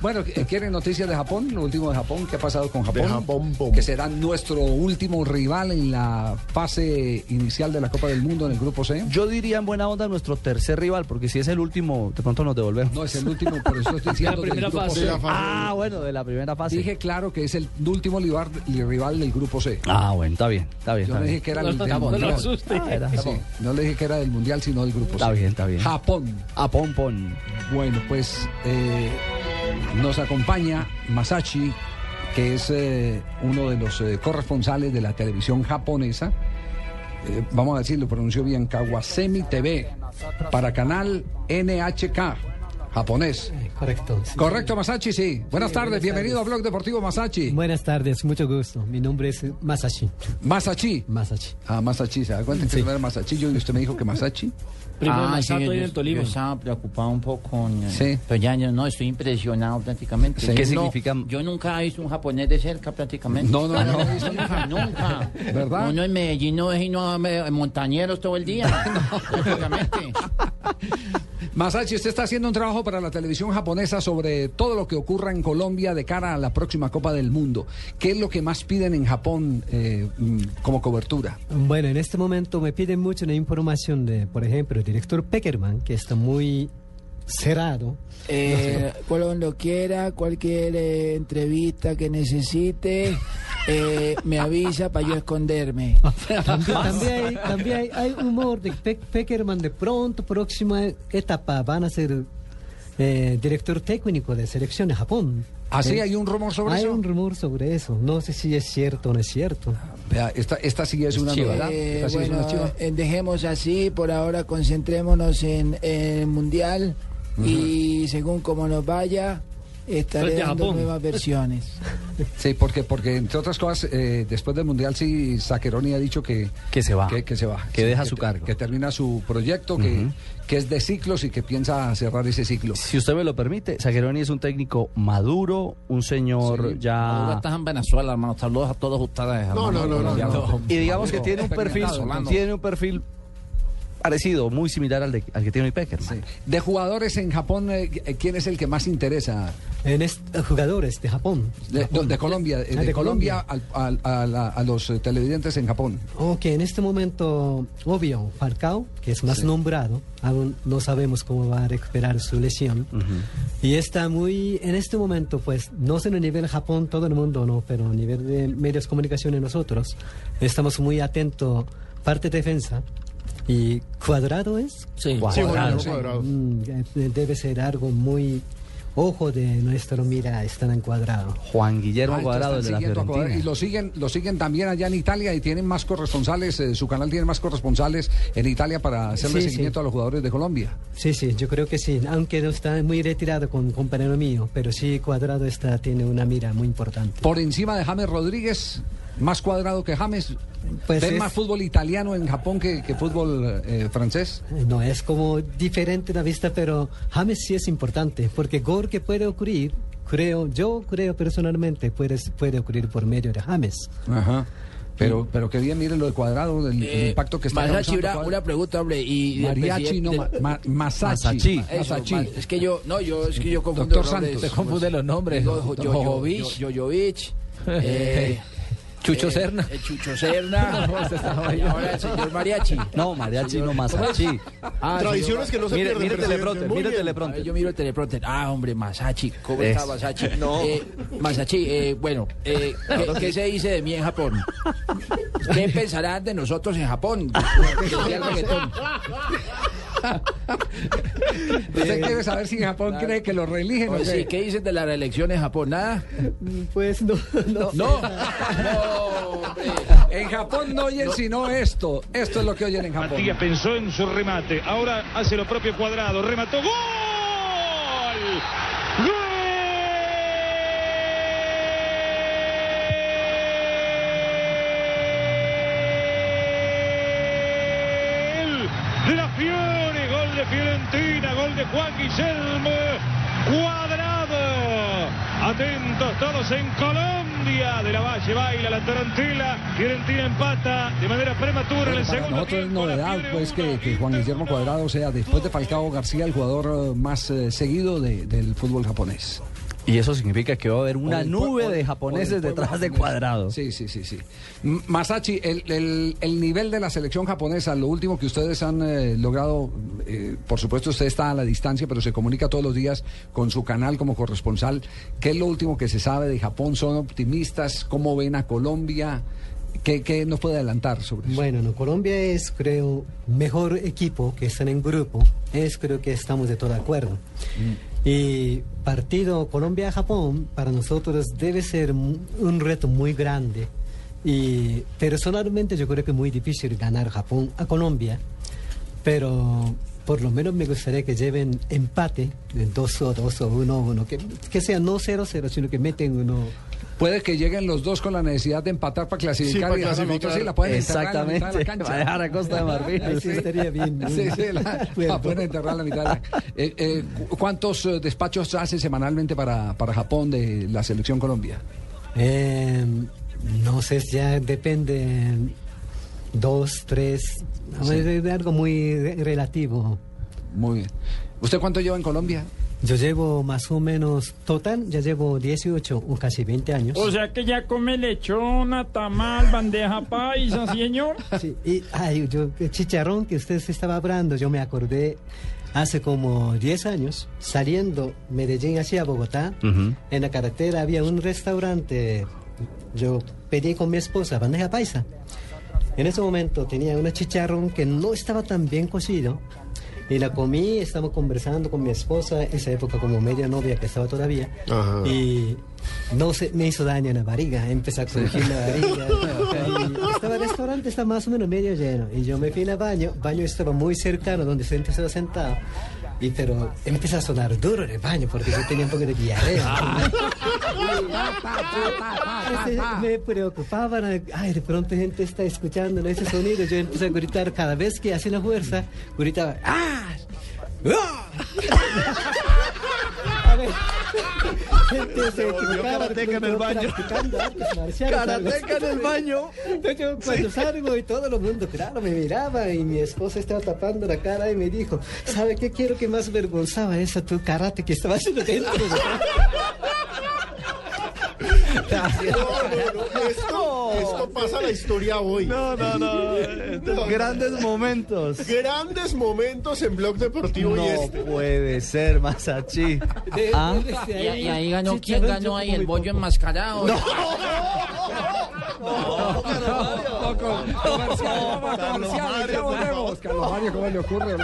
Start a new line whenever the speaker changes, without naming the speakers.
Bueno, ¿quieren noticias de Japón? Lo último de Japón, ¿qué ha pasado con Japón?
De Japón, pum.
que será nuestro último rival en la fase inicial de la Copa del Mundo en el grupo C.
Yo diría en buena onda nuestro tercer rival, porque si es el último, de pronto nos devolvemos.
No, es el último, por eso estoy diciendo del
primera
grupo
fase.
C.
De la fase.
Ah, bueno, de la primera fase.
Dije claro que es el último rival, rival del grupo C.
Ah, bueno, está bien, está bien.
Yo
Está
no
bien.
dije que era
No,
el
no,
del
no lo
mundial.
asuste.
Ah, era.
Sí, no le dije que era del mundial, sino del grupo
Está
C.
bien, está bien.
Japón.
A pon pon.
Bueno, pues eh, nos acompaña Masachi, que es eh, uno de los eh, corresponsales de la televisión japonesa. Eh, vamos a decir, lo pronunció bien, Kawasemi TV, para canal NHK, japonés.
Correcto. sí.
Correcto, Masachi, sí. Buenas
Sí,
tardes,
buenas
bienvenido a Blog Deportivo Masachi.
Buenas tardes, mucho gusto. Mi nombre es Masashi.
Masachi.
Masashi.
Ah, Masachi, ¿se da cuenta que no era Masachi? Yo- Y usted me dijo que Masachi.
Primo de
Ah, sí,
Masato
yo,
y del
yo
Tolima.
estaba preocupado un poco con... eh,
Sí.
Pero ya yo no, estoy impresionado prácticamente.
Sí.
Yo
¿Qué
no-
significa?
Yo nunca he visto un japonés de cerca prácticamente.
No, no, no.
Nunca, nunca.
¿Verdad?
Uno en Medellín no es y no eh, montañeros todo el día. prácticamente.
Masachi, usted está haciendo un trabajo para la televisión japonesa sobre todo lo que ocurra en Colombia de cara a la próxima Copa del Mundo. ¿Qué es lo que más piden en Japón eh, mm, como cobertura?
Bueno, en este momento me piden mucho una información de, por ejemplo, el director Peckerman, que está muy cerrado.
Eh, por donde quiera, cualquier eh, entrevista que necesite, eh, me avisa para yo esconderme.
También, también hay, también hay- hay humor de Pe- Peckerman. De pronto, próxima etapa, van a ser eh, director técnico de selección de Japón.
¿Así
Eh,
Ah, hay un rumor sobre
hay
eso?
un rumor sobre eso. No sé si es cierto o no es cierto.
Vea, esta, esta sí es una
chiva.
novedad.
Eh,
Esta sí es
bueno,
una chiva.
eh, dejemos así, por ahora concentrémonos en, en el Mundial y según como nos vaya, estaré
Frente a
dando
Japón.
nuevas versiones.
Sí, porque, porque entre otras cosas, eh, después del Mundial sí, Saqueroni ha dicho que,
Que se va.
Que, que se va.
Que
Sí,
deja su
te-
cargo.
Que termina su proyecto, que, que es de ciclos y que piensa cerrar ese ciclo.
Si usted me lo permite, Sageroni es un técnico maduro, un señor
Sí,
ya...
Ah.
Ahora estás en Venezuela, hermano. Saludos a todos ustedes.
No, no, no, no, no.
Y digamos que tiene un perfil,
Experimentado,
Solano.
tiene un perfil parecido, muy similar al, de- al que tiene hoy Peckerman.
Sí. De jugadores en Japón, eh, ¿quién es el que más interesa?
En est- jugadores de Japón.
De, no, de Colombia, eh,
Ah,
de
de
Colombia al- al- a, la- a los eh, televidentes en Japón.
Aunque en este momento, obvio, Falcao, que es más
Sí.
nombrado, aún no sabemos cómo va a recuperar su lesión. Y está muy, en este momento, pues, no sé en el nivel Japón, todo el mundo no, pero a nivel de medios de comunicación y nosotros, estamos muy atentos, parte defensa. ¿Y cuadrado es?
Sí.
Sí, bueno,
Cuadrado.
cuadrado.
Mm, eh, debe ser algo muy... Ojo de nuestro mira, están en cuadrado.
Juan Guillermo
Ah, entonces
Cuadrado, el de
están
la
siguiendo a Cuadrado. Y
Fiorentina.
lo siguen, lo siguen también allá en Italia y tienen más corresponsales, eh, su canal tiene más corresponsales en Italia para hacerle
Sí, sí.
seguimiento a los jugadores de Colombia.
Sí, sí, yo creo que sí, aunque no está muy retirado con un compañero mío, pero sí Cuadrado está, tiene una mira muy importante.
Por encima de James Rodríguez, más cuadrado que James.
Pues
¿Ven
es-
más fútbol italiano en Japón que, que fútbol eh, francés?
No es como diferente la vista, pero James sí es importante, porque gol que puede ocurrir, creo, yo creo personalmente, puede, puede ocurrir por medio de James.
Ajá. Pero, pero que bien, miren lo de cuadrado, el, el
Eh,
impacto que está
Masachi,
causando
una,
Cuadrado.
una pregunta, hombre. Y del
Mariachi, no,
presidente-
ma- ma- Masachi.
Masachi.
Eso, ma- es que yo, no, yo, es que yo confundo
Doctor
los nombres.
Santos.
confunde los nombres. Jojovic. Jojovic. eh,
Chucho
eh,
Serna.
eh, Chucho Serna. Y ahora el señor Mariachi.
No, mariachi no Masachi.
Ah,
Tradiciones que
señor-
no se
Mire,
pierden.
mire
presidente.
el teleprompter,
Muy
mire
bien.
el
A ver,
teleprompter.
Yo miro el teleprompter. Ah, hombre, Masachi. ¿Cómo está
Es-
Masachi? Eh, Masachi, eh, bueno, eh, ¿qué, qué se dice de mí en Japón? ¿Qué pensarán de nosotros en Japón? Decía el reggaetón.
Usted quiere Pues saber si en Japón cree que lo reeligen o
Pues
Oye, sí,
qué.
¿qué dices de la reelección en Japón? ¿Nada?
Pues no, no.
No. No, hombre.
En Japón no oyen sino esto. Esto es lo que oyen en Japón.
Matías pensó en su remate. Ahora hace lo propio cuadrado. Remató. ¡Gol! ¡Gol! De la Fiore. Gol de Fiorentina. Gol de Juan Guillermo. Cuadrado. Atentos todos en Colombia. De la Valle baila la Tarantela. Fiorentina empata de manera prematura en
Para
el segundo
nosotros es
tiempo. La
novedad
Fiore
pues
uno,
que, que
Inter
Juan Guillermo
uno.
Cuadrado sea después de Falcao García el jugador eh, más eh, seguido de- del fútbol japonés.
Y eso significa que va a haber una
O del pue-
nube
o-
de
o
japoneses
del pueblo
detrás de
japonés.
cuadrado.
Sí, sí, sí, sí. M- Masachi, el, el- el nivel de la selección japonesa, lo último que ustedes han eh, logrado, eh, por supuesto usted está a la distancia, pero se comunica todos los días con su canal como corresponsal. ¿Qué es lo último que se sabe de Japón? ¿Son optimistas? ¿Cómo ven a Colombia? ¿Qué, qué nos puede adelantar sobre eso?
Bueno, no, Colombia es, creo, mejor equipo que están en grupo. Es, creo que estamos de todo acuerdo.
Mm.
Y partido Colombia-Japón para nosotros debe ser mu- un reto muy grande. Y personalmente yo creo que es muy difícil ganar Japón a Colombia. Pero por lo menos me gustaría que lleven empate de 2 o 2 o 1 1. Que, que sea no 0-0, sino que meten uno.
Puede que lleguen los dos con la necesidad de empatar para clasificar
para
y dejar a la otra
clasificar.
sí la pueden enterrar en la
Exactamente.
mitad de la cancha.
Va a dejar a Costa de
Ahí
Marfil.
sí estaría bien. ¿no?
Sí, sí, la, la pueden enterrar en la mitad. de la- Eh, eh, cu- ¿Cuántos eh, despachos hace semanalmente para, para Japón de la selección Colombia?
Eh, no sé, ya depende. Dos, tres. a ver, Es algo muy re- relativo.
Muy bien. ¿Usted cuánto lleva en Colombia?
Yo llevo más o menos, total, ya llevo 18 o casi 20 años.
O sea que ya come lechona, tamal, bandeja paisa, señor.
Sí, y ay, yo, el chicharrón que usted se estaba hablando, yo me acordé hace como 10 años, saliendo Medellín hacia Bogotá,
Ujú.
en la carretera había un restaurante, yo pedí con mi esposa bandeja paisa. En ese momento tenía un chicharrón que no estaba tan bien cocido y la comí, estaba conversando con mi esposa, esa época como media novia que estaba todavía,
Ajá.
y no se me hizo daño en la barriga, empecé a crujir la barriga. y estaba el restaurante, estaba más o menos medio lleno, y yo me fui al baño, baño estaba muy cercano donde se estaba sentado. Y pero empieza a sonar duro en el baño porque yo tenía un poco de diarrea. Ese- me preocupaba, ay, de pronto gente está escuchando ese sonido. Yo empecé a gritar cada vez que hacía la fuerza, gritaba, ¡ah! ¡Ah! A ver, gente se equivocaba, de
karateca en el
pronto
baño.
practicando artes marciales,
Karateka en el baño.
entonces yo cuando salgo y todo el mundo, claro, me miraba y mi esposa estaba tapando la cara y me dijo, ¿sabe qué quiero que más vergonzaba esa tu karate que estaba haciendo dentro?
Esto, esto pasa a la historia hoy.
No, no, no.
No.
Grandes momentos.
Grandes momentos en Blog Deportivo y
No
este.
puede ser, Masachi.
De-
Ah.
desde
Y, y ahí ganó, ¿quién
Chicharrón, yo
ganó ahí?
como
El
muy
bollo
poco.
enmascarado.
Comercial, ya volvemos. Carlos Mario, ¿cómo le ocurre?